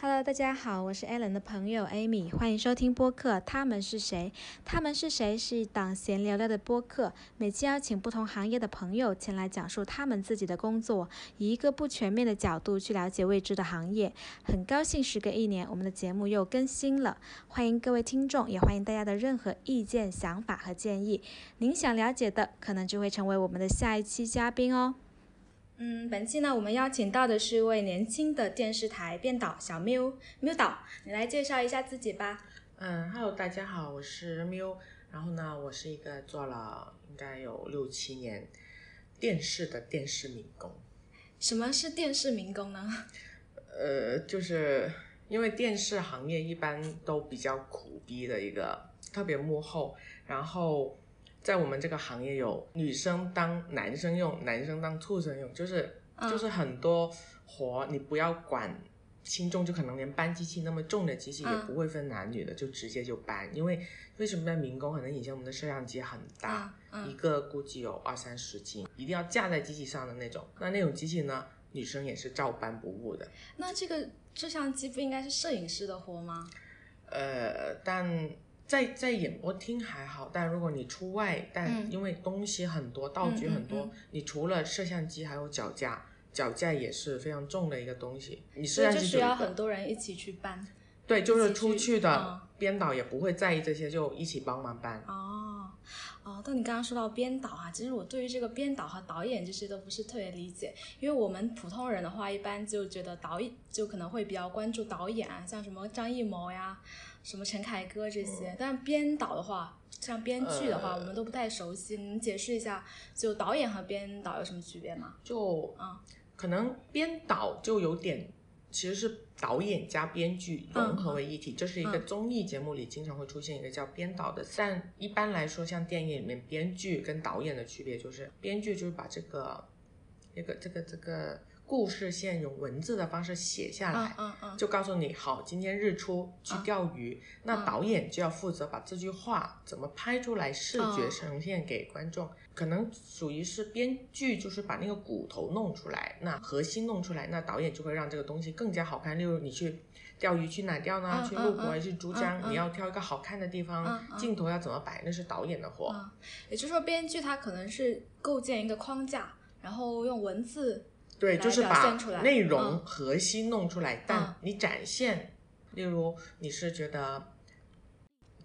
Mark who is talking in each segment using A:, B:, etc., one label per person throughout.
A: Hello，大家好，我是 Allen 的朋友 Amy，欢迎收听播客《他们是谁》。他们是谁是一档闲聊聊的播客，每期邀请不同行业的朋友前来讲述他们自己的工作，以一个不全面的角度去了解未知的行业。很高兴时隔一年，我们的节目又更新了，欢迎各位听众，也欢迎大家的任何意见、想法和建议。您想了解的，可能就会成为我们的下一期嘉宾哦。嗯，本期呢，我们邀请到的是一位年轻的电视台编导小 miu miu 导，你来介绍一下自己吧。
B: 嗯，Hello，大家好，我是 Miu。然后呢，我是一个做了应该有六七年电视的电视民工。
A: 什么是电视民工呢？
B: 呃，就是因为电视行业一般都比较苦逼的一个，特别幕后。然后在我们这个行业有女生当男生用，男生当畜生用，就是
A: 嗯
B: 就是很多活你不要管。轻重就可能连搬机器那么重的机器也
A: 嗯
B: 不会分男女的，就直接就搬。因为为什么在民工？可能以前我们的摄像机很大，
A: 啊，嗯
B: 一个估计有二三十斤，一定要架在机器上的那种。那那种机器呢，女生也是照搬不误的。
A: 那这个摄像机不应该是摄影师的活吗？
B: 呃，但在在演播厅还好，但如果你出外，但
A: 嗯
B: 因为东西很多，道具
A: 嗯嗯
B: 很多，
A: 嗯
B: 你除了摄像机还有脚架，脚架也是非常重的一个东西。你摄
A: 所以
B: 像
A: 就
B: 机
A: 需
B: 有一
A: 要
B: 个
A: 很多人一起去搬。
B: 对，就
A: 一
B: 是
A: 起
B: 出
A: 去
B: 去的、
A: 嗯
B: 编导也不会在意这些，就一起帮忙搬。
A: 哦，哦，但你刚刚说到编导啊，其实我对于这个编导和导演这些都不是特别理解，因为我们普通人的话，一般就觉得导演就可能会比较关注导演啊，像什么张艺谋呀、什么陈凯歌这
B: 嗯
A: 些，但编导的话，像编剧的话，
B: 呃
A: 我们都不太熟悉。你能解释一下，就导演和编导有什么区别吗？
B: 就
A: 啊
B: 可能编导就有点，其实是导演加编剧融合为一体，这是一个
A: 嗯
B: 综艺节目里经常会出现一个叫编导的。但一般来说，像电影里面编剧跟导演的区别就是，编剧就是把这个，这个这个这个故事线用文字的方式写下来
A: 嗯。嗯嗯，
B: 就告诉你，好，今天日出去
A: 嗯
B: 钓鱼，那
A: 嗯
B: 导演就要负责把这句话怎么拍出来，视觉呈现给观
A: 嗯
B: 众。可能属于是编剧，就是把那个骨头弄出来，那核心弄出来，那导演就会让这个东西更加好看。例如你去钓鱼去哪钓呢？
A: 嗯
B: 去
A: 嗯
B: 陆博
A: 嗯
B: 还是珠江？
A: 嗯
B: 你要挑一个好看的地方，
A: 嗯嗯
B: 镜头要怎么摆，那是导演的活。
A: 嗯也就是说，编剧他可能是构建一个框架，然后用文字
B: 对，
A: 来
B: 就是
A: 表
B: 把
A: 现出来
B: 内
A: 嗯
B: 容核心弄出来，
A: 嗯
B: 但你展现，例如你是觉得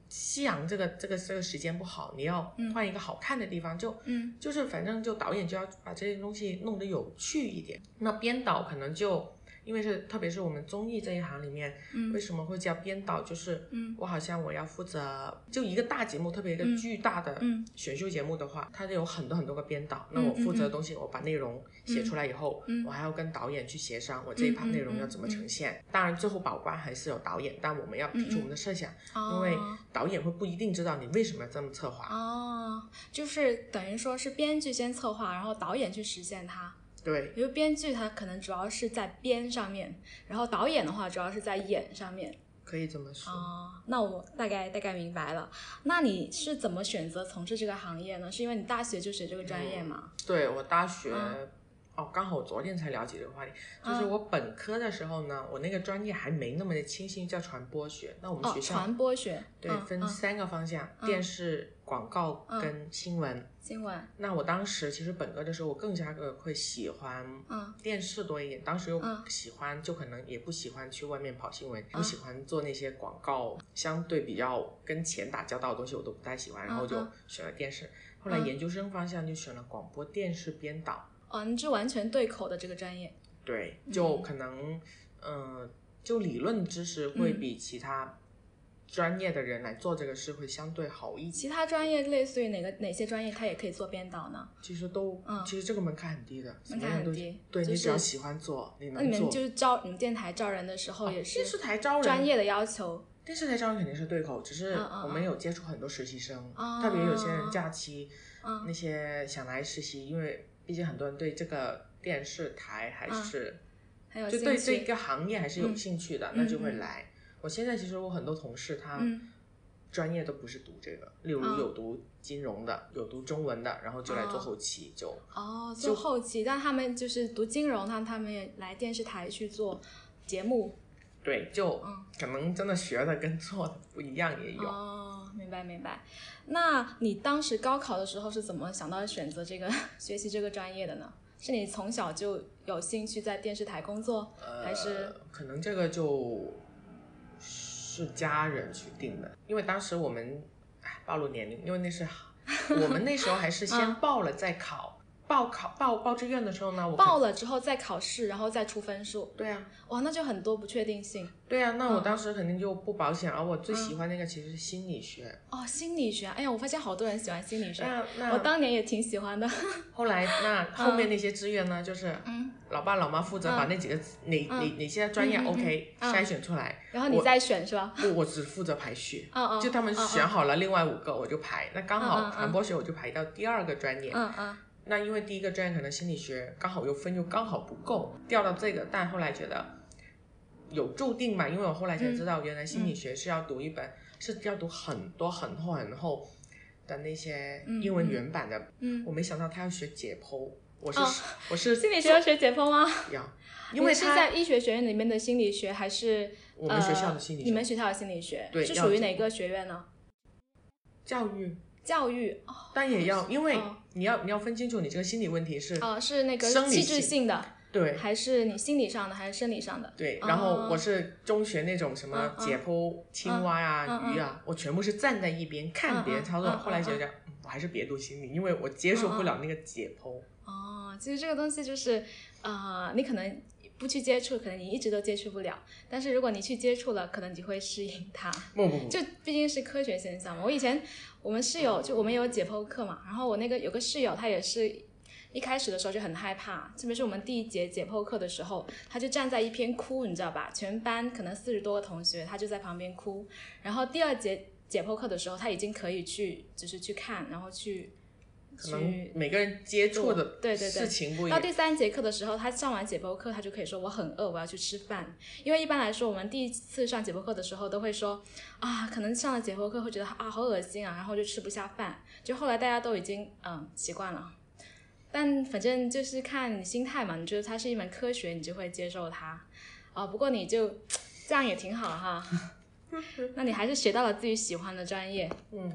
B: 夕阳这个这个这个时间不好，你要
A: 嗯
B: 换一个好看的地方，就
A: 嗯
B: 就是反正就导演就要把这些东西弄得有趣一点。那编导可能就因为是特别是我们综艺这一行里面，
A: 嗯
B: 为什么会叫编导？就是
A: 嗯
B: 我好像我要负责就一个大节目，特别一个
A: 嗯
B: 巨大的
A: 嗯
B: 选秀节目的话，它就有很多很多个编导。那
A: 嗯
B: 我负责
A: 嗯
B: 的
A: 嗯
B: 东西，我把内容写出来以后，
A: 嗯
B: 我还要跟导演去协商，我这一
A: 嗯
B: 盘
A: 嗯
B: 内容要
A: 嗯
B: 怎么
A: 嗯
B: 呈现。当然，最后把关还是有导演，但我们要提出我们的设想，
A: 哦，
B: 因为导演会不一定知道你为什么要这么策划。
A: 哦，就是等于说是编剧先策划，然后导演去实现它。
B: 对，
A: 因为编剧他可能主要是在编上面，然后导演的话主要是在演上面。
B: 可以这么说。
A: 哦，那我大概大概明白了。那你是怎么选择从事这个行业呢？是因为你大学就学这个专业吗？
B: 对我大学、
A: 嗯
B: 哦，刚好我昨天才了解这个话题，就是
A: 嗯
B: 我本科的时候呢，我那个专业还没那么的清新，叫传播学。那我们
A: 哦
B: 学，校、
A: 传播学，
B: 对、
A: 嗯
B: 分
A: 嗯
B: 三个方向，
A: 嗯
B: 电视、广告
A: 嗯
B: 跟新闻。
A: 新闻，
B: 那我当时其实本科的时候，我更加的会喜欢
A: 嗯
B: 电视多一点，当时又
A: 嗯
B: 喜欢，就可能也不喜欢去外面跑新闻，
A: 啊
B: 不喜欢做那些广告，相对比较跟钱打交道的东西我都不太喜欢，然后就
A: 嗯
B: 选了电视。后来
A: 嗯
B: 研究生方向就选了广播电视编导，
A: 哦，你这完全对口的这个专业，
B: 对，
A: 嗯
B: 就可能，嗯，就理论知识会
A: 嗯
B: 比其他专业的人来做这个事会相对好一些。
A: 其他专业类似于哪个哪些专业他也可以做编导呢？
B: 其实都
A: 嗯，
B: 其实这个门槛很低的，什
A: 门
B: 么
A: 槛
B: 人
A: 很
B: 都
A: 低
B: 对
A: 就
B: 你只要
A: 是
B: 喜欢做，你
A: 那你
B: 能做
A: 们。就是招你们电台招人的时
B: 啊
A: 候也是
B: 电视台招人，
A: 专业的要求，
B: 电视台招人肯定是对口，只是
A: 嗯嗯
B: 我们有接触很多实习生，
A: 哦
B: 特别有些人假期、
A: 嗯
B: 那些想来实习，因为毕竟很多人对这个电视台还
A: 嗯
B: 是、
A: 很有
B: 就
A: 兴趣。
B: 对这个行业还是有
A: 嗯
B: 兴趣的，
A: 嗯
B: 那就会来。我现在其实我很多同事他
A: 嗯
B: 专业都不是读这个，例如
A: 哦
B: 有读金融的，有读中文的，然后就来做
A: 哦
B: 后期，就
A: 哦，做后期，但他们就是读金融，让他们也来电视台去做节目，
B: 对，就
A: 嗯
B: 可能真的学的跟做的不一样也有。
A: 哦，明白明白。那你当时高考的时候是怎么想到选择这个 学习这个专业的呢？是你从小就有兴趣在电视台工作，还是
B: 呃、可能这个就是家人去定的，因为当时我们哎暴露年龄，因为那是我们那时候还是
A: 嗯
B: 先报了再考，报考报报志愿的时候呢，我可
A: 报了之后再考试，然后再出分数？
B: 对啊
A: 哇，那就很多不确定性
B: 对啊，那我
A: 嗯
B: 当时肯定就不保险，而我最喜欢那个其实是心理学。
A: 哦。心理学，哎呀，我发现好多人喜欢心理学，
B: 那
A: 我
B: 那
A: 当年也挺喜欢的。
B: 后来那后面那些志愿呢，就是
A: 嗯，
B: 老爸老妈负责把
A: 嗯
B: 那几个哪哪哪些专业
A: 嗯嗯嗯
B: OK
A: 嗯
B: 筛选出来，
A: 然后你
B: 我
A: 再选是吧？
B: 不我只负责排序。
A: 嗯嗯，
B: 就他们
A: 嗯
B: 选，好了另外五个，我就排。那刚
A: 嗯嗯
B: 好
A: 嗯
B: 传播学我就排到第二个专业。
A: 嗯嗯
B: 那因为第一个专业可能心理学刚好又分又刚好不够，调到这个，但后来觉得有注定嘛，因为我后来才知道，
A: 嗯
B: 原来心理学是要读一本，是要读很多很厚很厚的那些
A: 嗯
B: 英文原版的。
A: 嗯
B: 我没想到他要学解剖，我是、
A: 哦
B: 我是
A: 嗯。心理学要学解剖吗？
B: 要，因为
A: 你是
B: 他
A: 在医学学院里面的心理学，还是
B: 我们学校的心理
A: 呃、你
B: 学、
A: 们学校的心理学
B: 对
A: 是
B: 要
A: 属于
B: 紧
A: 哪个学院呢？
B: 教育，
A: 教育哦
B: 但也要因为
A: 哦
B: 你要你要分清楚你这个心理问题是、
A: 哦，是那个
B: 生理
A: 气质
B: 性
A: 性的，
B: 对
A: 还是你心理上的，还是生理上的？
B: 对，
A: 哦
B: 然后我是中学那种什么
A: 嗯嗯
B: 解剖青蛙啊、
A: 嗯嗯
B: 鱼啊，我全部是站在一边看别人操作。
A: 嗯嗯嗯嗯
B: 后来觉得，嗯我还是别读心理，因为我接受不了那个解剖。
A: 哦，其实这个东西就是，呃，你可能不去接触，可能你一直都接触不了。但是如果你去接触了，可能你会适应它。
B: 不不不，
A: 就毕竟是科学现象嘛。我以前我们室
B: 嗯
A: 友就我们有解剖课嘛，然后我那个有个室友他也是。一开始的时候就很害怕，特别是我们第一节解剖课的时候，他就站在一边哭，你知道吧？全班可能四十多个同学，他就在旁边哭。然后第二节解剖课的时候，他已经可以去，就是去看，然后去
B: 可能
A: 去
B: 每个人接触的
A: 对对对
B: 事情不一
A: 到
B: 样。
A: 第三节课的时候，他上完解剖课，他就可以说我很饿，我要去吃饭。因为一般来说，我们第一次上解剖课的时候都会说啊，可能上了解剖课会觉得啊好恶心啊，然后就吃不下饭。就后来大家都已经嗯习惯了，但反正就是看你心态嘛，你觉得它是一门科学，你就会接受它。啊，不过你就这样也挺好哈，那你还是学到了自己喜欢的专业。
B: 嗯，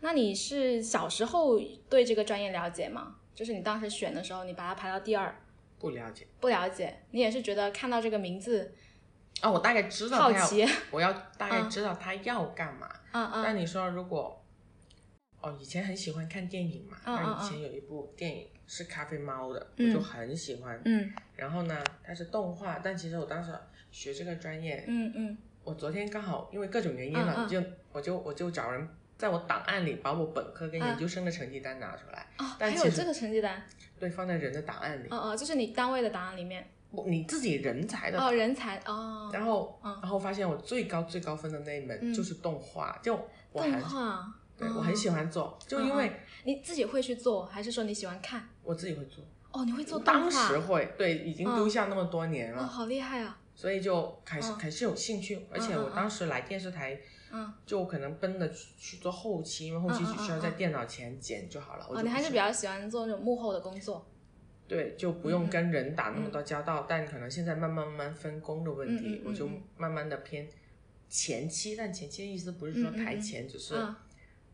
A: 那你是小时候对这个专业了解吗？就是你当时选的时候，你把它排到第二，
B: 不了解
A: 不了解，你也是觉得看到这个名字
B: 啊，我大概知道
A: 好
B: 他要，
A: 奇，
B: 我要大概知道他要干嘛。
A: 嗯嗯
B: 但你说如果。哦，以前很喜欢看电影嘛，
A: 嗯嗯嗯
B: 那以前有一部电影是咖啡猫的，
A: 嗯
B: 我就很喜欢。
A: 嗯
B: 然后呢，它是动画，但其实我当时学这个专业，
A: 嗯嗯，
B: 我昨天刚好因为各种原因了，
A: 嗯嗯
B: 我就我就我就找人在我档案里把我本科跟
A: 嗯
B: 研究生的成绩单拿出来，
A: 哦，还
B: 但
A: 有
B: 其实
A: 这个成绩单，
B: 对，放在人的档案里，
A: 哦哦，就是你单位的档案里面，
B: 我你自己人才的。
A: 哦，人才，哦，
B: 然后，
A: 嗯
B: 然后发现我最高最高分的那一门
A: 嗯
B: 就是动画，就我
A: 动
B: 很
A: 画，嗯
B: 对
A: 哦
B: 我很喜，欢做，就因为
A: 你自己会去做，还是说你喜欢看？
B: 我自己会做，
A: 哦，你会做
B: 当
A: 动画
B: 时，会对，已经
A: 嗯
B: 丢下那么多年
A: 哦，
B: 了，
A: 好厉害啊，
B: 所以就开始
A: 嗯
B: 开始有兴趣，而且
A: 嗯嗯
B: 我当时来电视台
A: 嗯，
B: 就可能奔着去去做后期，因为后期
A: 嗯嗯
B: 只需要
A: 嗯
B: 在
A: 嗯
B: 电脑前剪就好了。我
A: 哦，
B: 就
A: 你还
B: 不
A: 是比较喜欢做那种幕后的工作，
B: 对，就不
A: 嗯
B: 用
A: 嗯
B: 跟人打那么多交道，但可能现在慢慢慢慢分工的问题，
A: 嗯嗯嗯
B: 我就
A: 嗯
B: 慢慢的偏前期，但前期的意思不是说
A: 嗯嗯嗯
B: 台前，只是
A: 嗯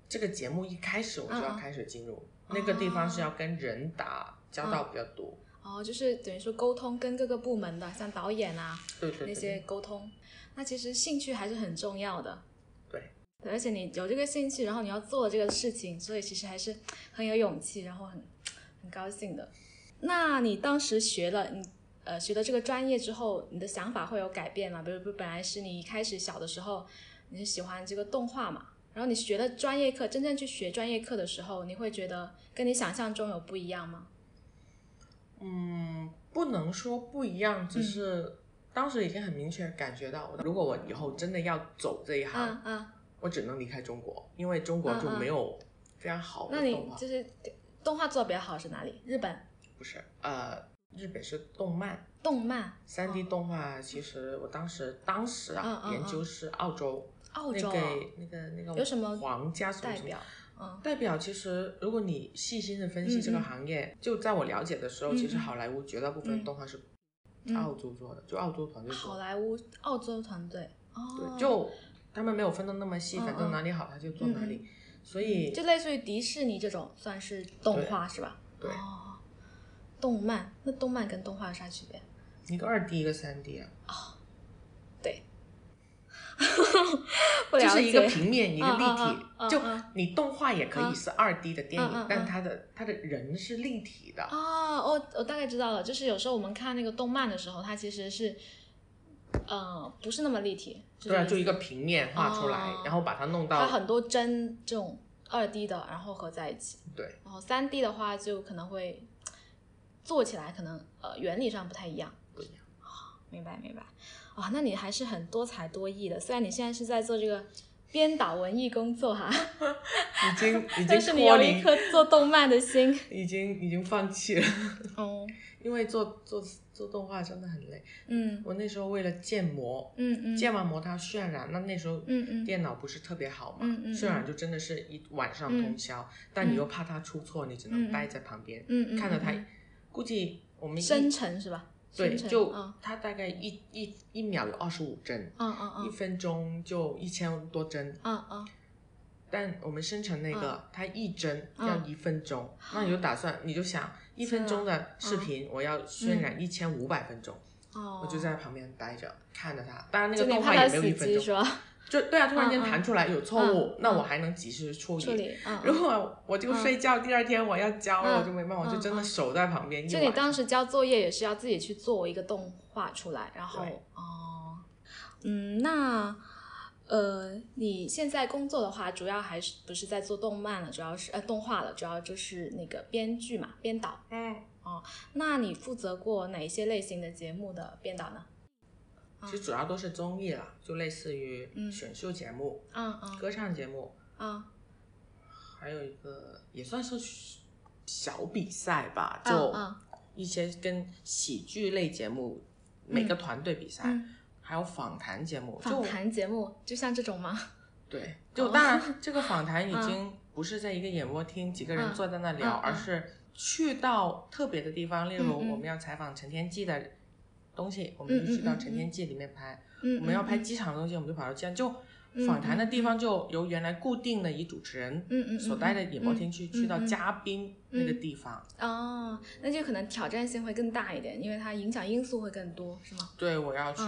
B: 这个节目一开始我就
A: 嗯嗯
B: 要开始进入、那个地方是要跟人打
A: 啊
B: 交道比较多，
A: 哦，就是等于说沟通跟各个部门的，像导演啊，
B: 对对
A: 那
B: 对
A: 些沟通。那其实兴趣还是很重要的。
B: 对
A: 对，而且你有这个兴趣，然后你要做这个事情，所以其实还是很有勇气，然后很很高兴的。那你当时学了你呃学了这个专业之后，你的想法会有改变吗？比如不本来是你一开始小的时候你是喜欢这个动画嘛，然后你学了专业课，真正去学专业课的时候，你会觉得跟你想象中有不一样吗？
B: 嗯，不能说不一样，
A: 嗯
B: 只是当时已经很明确地感觉到，如果我以后真的要走这一行，
A: 嗯嗯。
B: 我只能离开中国，因为中国就
A: 嗯嗯
B: 没有非常好的
A: 那你
B: 动画，
A: 就是动画做的比较好是哪里？日本
B: 不是呃，日本是动漫。
A: 动漫，
B: 三 D 动画，其实我当时当时啊
A: 哦嗯，嗯嗯
B: 研究是澳洲，
A: 澳洲啊
B: 那个那个那个
A: 有什么
B: 皇家什么
A: 代
B: 什么
A: 表，嗯
B: 代表其实，如果你细心的分
A: 嗯
B: 析
A: 嗯
B: 这个行业，就在我了解的时
A: 嗯
B: 候，
A: 嗯嗯
B: 其实好莱坞绝大部分动画是澳洲做的，就澳洲团队做
A: 好
B: 的。
A: 莱坞澳洲团队哦，
B: 对，就他们没有分的那么细，
A: 嗯
B: 反正哪里好他就做哪里。所以
A: 就类似于迪士尼这种算是动画是吧？
B: 对
A: 哦，动漫那动漫跟动画有啥区别？
B: 一个二 D 一个三 D 啊，
A: 不了
B: 就
A: 解
B: 是一个平面一个立体
A: 嗯嗯嗯，嗯
B: 就
A: 嗯
B: 你动画也可
A: 嗯
B: 以是二 D 的电
A: 嗯嗯
B: 影
A: 嗯，
B: 但它的它的人是立体的。
A: 啊，我我大概知道了，就是有时候我们看那个动漫的时候，它其实是，呃，不是那么立体，
B: 对啊，
A: 是
B: 就一个平面画出来
A: 哦，
B: 然后把它弄
A: 它
B: 到
A: 很多帧这种二 D 的，然后合在一起，
B: 对，
A: 然后三 D 的话就可能会做起来可能呃原理上不太一样。
B: 不一样。
A: 明白明白，啊、那你还是很多才多艺的。虽然你现在是在做这个编导文艺工作哈、
B: 已经 已
A: 但
B: 经
A: 是你有
B: 脱
A: 一
B: 离，
A: 颗做动漫的心。
B: 已经已经放弃了，
A: 哦，
B: 因为做做做动画真的很累。
A: 嗯
B: 我那时候为了建模，
A: 嗯嗯
B: 建完模它渲染，那那时候
A: 嗯嗯
B: 电脑不是特别好嘛，
A: 嗯嗯
B: 渲染就真的是一晚上通宵，但你又怕它出错，你只能待在旁边、
A: 嗯嗯，
B: 看着它，
A: 嗯
B: 估计我们一
A: 生成是吧？
B: 对
A: 生成
B: 就
A: 嗯
B: 它大概一一一秒有二十五帧，
A: 嗯嗯
B: 一
A: 嗯
B: 分钟就一千多帧，
A: 嗯嗯，
B: 但我们生成那个、它一帧
A: 嗯
B: 要一分钟，那你就打算你就想一分钟的视频、我要渲染一千五百分钟，
A: 啊嗯哦，
B: 我就在旁边待着看着它，当然那
A: 就
B: 个
A: 你
B: 动
A: 怕
B: 画
A: 它
B: 也没有
A: 死
B: 一分
A: 机
B: 钟。
A: 是吧？
B: 就对啊，突然间
A: 嗯嗯
B: 弹出来有错误，
A: 嗯
B: 那我还能及时处理。
A: 处理，嗯，
B: 如
A: 嗯
B: 果我就睡觉，第二天我要交了，
A: 嗯
B: 我就没办法，我就真的守在旁边一
A: 就你
B: 晚上。
A: 当时交作业也是要自己去做一个动画出来，然后
B: 对
A: 哦，嗯，那呃，你现在工作的话，主要还是不是在做动漫了，主要是呃动画了，主要就是那个编剧嘛，编导。
B: 嗯，
A: 那你负责过哪一些类型的节目的编导呢？
B: 其实主要都是综艺啦，就类似于选秀节目、
A: 嗯嗯
B: 歌唱节目，
A: 嗯
B: 还有一个也算是小比赛吧，
A: 嗯
B: 就
A: 嗯
B: 一些跟喜剧类节目每个团队比赛，
A: 嗯，
B: 还有访谈节目。
A: 访
B: 就
A: 谈节目就像这种吗？
B: 对，就
A: 哦
B: 当然这个访谈已经不是在一个演播厅几个人坐在那聊，
A: 嗯嗯
B: 而是去到特别的地方，例如
A: 嗯嗯
B: 我们要采访陈天记的东西，我们就去到陈天记里面拍；
A: 嗯，
B: 我们要
A: 嗯
B: 拍机场的东西，我们就跑到机场。就
A: 嗯
B: 访谈的地方就由原来固定的以主持人
A: 嗯嗯嗯
B: 所待的演播厅去、
A: 嗯
B: 去到
A: 嗯
B: 嘉宾那个地方。
A: 哦，那就可能挑战性会更大一点，因为它影响因素会更多，是吗？
B: 对，我要去，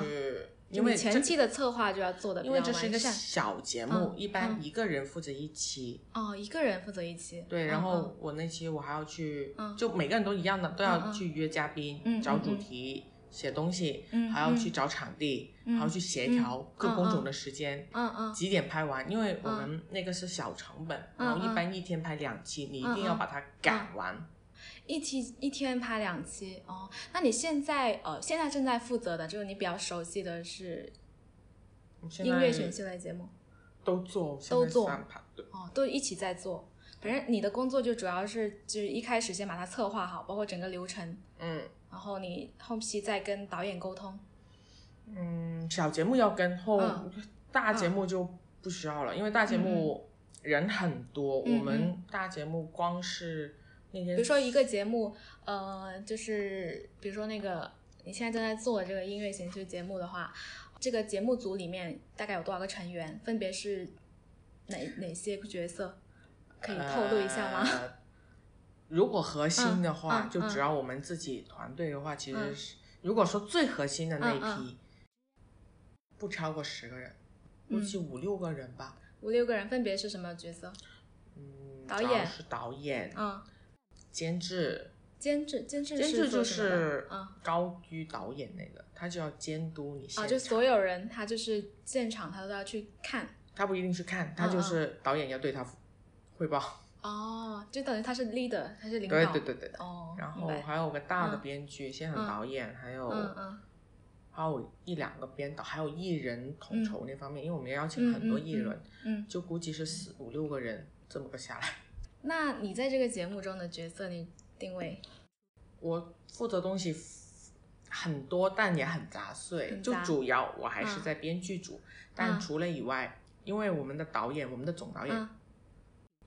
A: 嗯
B: 因
A: 就
B: 为
A: 你
B: 这
A: 前期的策划就要做的比
B: 因
A: 较
B: 为这是一
A: 完
B: 个
A: 善。
B: 小节目，
A: 嗯
B: 一般一个人负责一期。
A: 哦，一个人负责一期。
B: 对，
A: 嗯
B: 然后我那期我还要去，
A: 嗯
B: 就每个人都一样的，都
A: 嗯
B: 要
A: 嗯
B: 去约嘉宾，
A: 嗯
B: 找主
A: 嗯
B: 题，写东西，
A: 嗯
B: 还要去找场地，
A: 嗯
B: 还要去协调
A: 嗯
B: 各工种
A: 嗯
B: 的时间，
A: 嗯嗯
B: 几点拍完？因为我们那个是小成本，
A: 嗯
B: 然后
A: 嗯
B: 一般一天拍两期，你一
A: 嗯
B: 定要
A: 嗯
B: 把它赶完。
A: 嗯，一期一天拍两期哦。那你现在呃，现在正在负责的就是你比较熟悉的是
B: 现
A: 音乐
B: 在
A: 选秀类节目
B: 都做，现
A: 都
B: 在
A: 做
B: 三盘对
A: 哦，都一起在做。反正你的工作就主要是就是一开始先把它策划好，包括整个流程，
B: 嗯
A: 然后你后期再跟导演沟通。
B: 嗯，小节目要跟后，
A: 嗯
B: 大节目就不需要了，因为大节目人很多，
A: 嗯
B: 我们大节目光是那天
A: 比如说一个节目，呃，就是比如说那个你现在正在做的这个音乐选秀节目的话，这个节目组里面大概有多少个成员？分别是哪哪些角色？可以透露一下吗？
B: 呃如果核心的话，
A: 嗯嗯
B: 就只要我们自己团队的话，其实是如果说最核心的那一批，
A: 嗯
B: 不超过十个人，
A: 嗯
B: 估计五六个人吧。
A: 五六个人分别是什么角色？
B: 嗯，
A: 导
B: 主要
A: 演
B: 是导演、
A: 嗯，
B: 监制，
A: 监制监制
B: 监制
A: 做
B: 就
A: 什么的
B: 是
A: 嗯。
B: 高居导演那个，他就要监督你现
A: 啊，
B: 场。
A: 就所有人，他就是现场他都要去看
B: 他不一定去看，他就是导演要对他汇报。
A: 嗯哦，就等于他是 leader，他是领导，
B: 对对对对。
A: 哦，
B: 然
A: 明
B: 后
A: 白
B: 还有个大的编剧，现场导演，还有
A: 嗯嗯
B: 还有一两个编导，还有艺人统筹那方面，因为我们邀请很多艺人，
A: 嗯，
B: 就估计是四五六个人这么个下来。
A: 那你在这个节目中的角色，你定位
B: 我负责东西很多，但也很杂碎，
A: 很
B: 就
A: 杂嗯
B: 主要我还是在编剧组，但除了以外，因为我们的导演，我们的总导演，
A: 嗯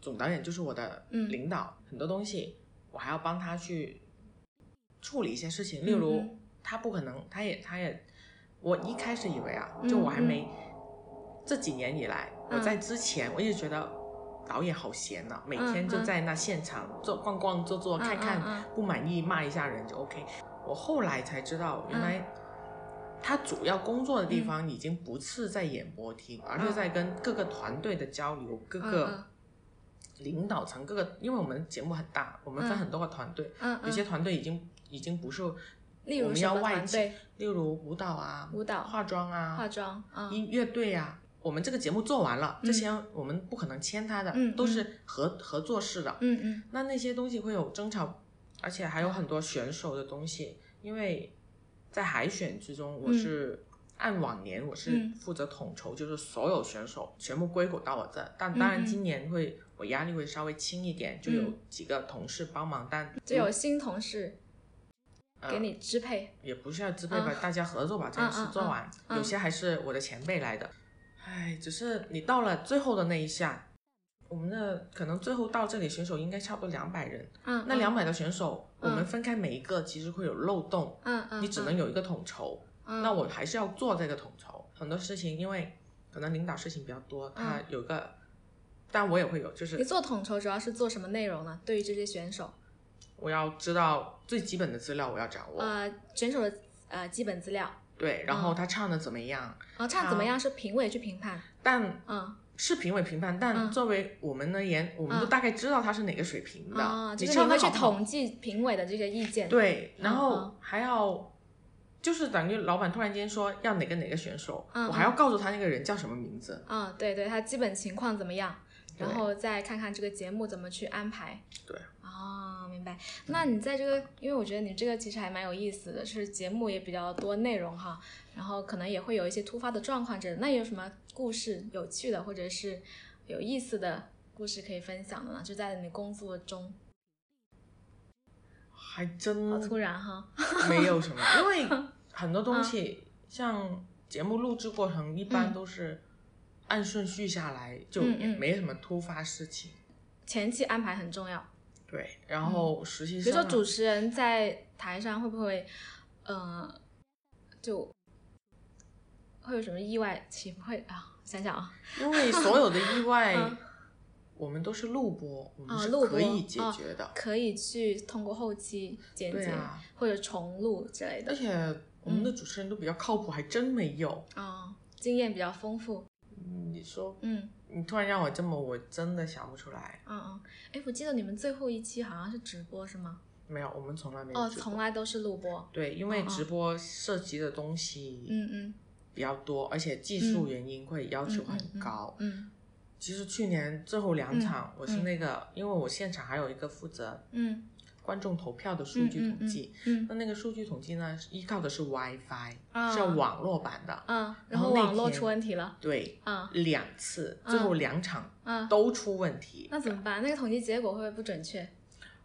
B: 总导演就是我的
A: 嗯
B: 领导，很多东西我还要帮他去处理一些事情，例如
A: 嗯
B: 他不可能，他也他也，我一开始以为啊，
A: 嗯
B: 就我还没、这几年以来，我在之前我一直觉得导演好闲呐、每天就
A: 嗯
B: 在那现场坐逛逛坐坐
A: 嗯
B: 看看，
A: 嗯
B: 不满意骂一下人就 OK。我后来才知道，
A: 嗯
B: 原来他主要工作的地方已经不是在演播厅，而是在跟各个团队的交流，各
A: 嗯
B: 个领导层，各个因为我们节目很大，我们
A: 嗯
B: 分很多个团队，
A: 嗯嗯，
B: 有些团队已经已经不是，
A: 例如
B: 我们
A: 什
B: 要
A: 么
B: 外
A: 团
B: 企
A: 队
B: 例如舞蹈啊、
A: 舞蹈
B: 化妆啊、
A: 化妆啊，嗯
B: 音乐队啊，我们这个节目做完了，
A: 嗯
B: 这些我们不可能签他的，
A: 嗯
B: 都是合合作式的。
A: 嗯嗯
B: 那那些东西会有争吵，而且还有很多选手的东西，因为在海选之中，我是、按往年我是
A: 嗯
B: 负责统筹，就是所有选手全部归拢到我这。但
A: 嗯
B: 当然
A: 嗯
B: 今年会、我压力会稍微轻一点，就有几个同事帮忙，但
A: 就嗯有新同事
B: 呃
A: 给你支配，
B: 也不需要支配吧，
A: 啊
B: 大家合作把这件事做完。
A: 嗯嗯
B: 有些还是我的前辈来的，唉，只是你到了最后的那一下，我们的可能最后到这里选手应该差不多两百人，
A: 嗯，
B: 那
A: 嗯
B: 两百的选手，
A: 嗯
B: 我们分开每一个其实会有漏洞，
A: 嗯嗯，
B: 你只能有一个统筹。
A: 嗯
B: 那我还是要做这个统筹，很多事情因为可能领导事情比较多，他
A: 嗯
B: 有一个，但我也会有，就
A: 你
B: 是
A: 做统筹主要是做什么内容呢？对于这些选手，
B: 我要知道最基本的资料，我要掌握。
A: 呃，选手的呃基本资料，
B: 对，然后
A: 嗯
B: 他唱的怎么样？
A: 然后唱怎么样是评委去评判，
B: 但
A: 嗯，
B: 是评委评判，
A: 嗯
B: 但作为我们的研，我们都大概知道他是哪个水平的。
A: 啊，就是
B: 你
A: 你
B: 唱
A: 会
B: 的
A: 去
B: 好不好？
A: 统计评委的这些意见，
B: 对，
A: 嗯
B: 然后
A: 嗯
B: 还要。就是等于老板突然间说要哪个哪个选手，
A: 嗯
B: 我还要告诉他那个人叫什么名字。
A: 啊，对对，他基本情况怎么样，
B: 对
A: 然后再看看这个节目怎么去安排。
B: 对。
A: 哦，明白。那你在这个，因为我觉得你这个其实还蛮有意思的，是节目也比较多内容哈，然后可能也会有一些突发的状况之类的。那有什么故事有趣的或者是有意思的故事可以分享的呢？就在你工作中，
B: 还真
A: 好突然哈。
B: 没有 什么，因为很多东西、像节目录制过程，一般
A: 嗯
B: 都是按顺序下来，就
A: 嗯
B: 也
A: 嗯
B: 没什么突发事情。
A: 前期安排很重要，
B: 对，然后实
A: 比
B: 习
A: 如
B: 生
A: 嗯
B: 啊、
A: 说主持人在台上会不会，呃，就会有什么意外？岂不会啊？想想啊，
B: 因为所有的意外
A: 嗯，
B: 我们都是录播，我们
A: 啊
B: 是
A: 录
B: 可
A: 播
B: 以解
A: 啊
B: 决的。
A: 可以去通过后期剪
B: 对
A: 辑、
B: 啊
A: 或者重录之类
B: 而
A: 的，
B: 且我们的
A: 嗯
B: 主持人都比较靠谱，还真没有。
A: 啊、经验比较丰富。
B: 你说
A: 嗯
B: 你突然让我这么，我真的想不出来。
A: 嗯嗯，哎，我记得你们最后一期好像是直播是吗？
B: 没有，我们从来没有
A: 哦，
B: 直播
A: 从来都是录播。
B: 对，因为
A: 哦哦
B: 直播涉及的东西
A: 嗯嗯
B: 比较多，而且技术原因会要求很高。
A: 嗯
B: 其实去年最后两场，我是那个，因为我现场还有一个负责
A: 嗯
B: 观众投票的数据统计。
A: 嗯
B: 那那个数据统计呢，依靠的是 WiFi，、
A: 啊
B: 是网络版的。
A: 嗯，
B: 然
A: 然
B: 后
A: 后
B: 那
A: 网络
B: 天
A: 出问题了。
B: 对，
A: 啊
B: 两次，
A: 嗯
B: 最后两场
A: 啊，
B: 都出问题。
A: 那怎么办？那个统计结果会不会不准确？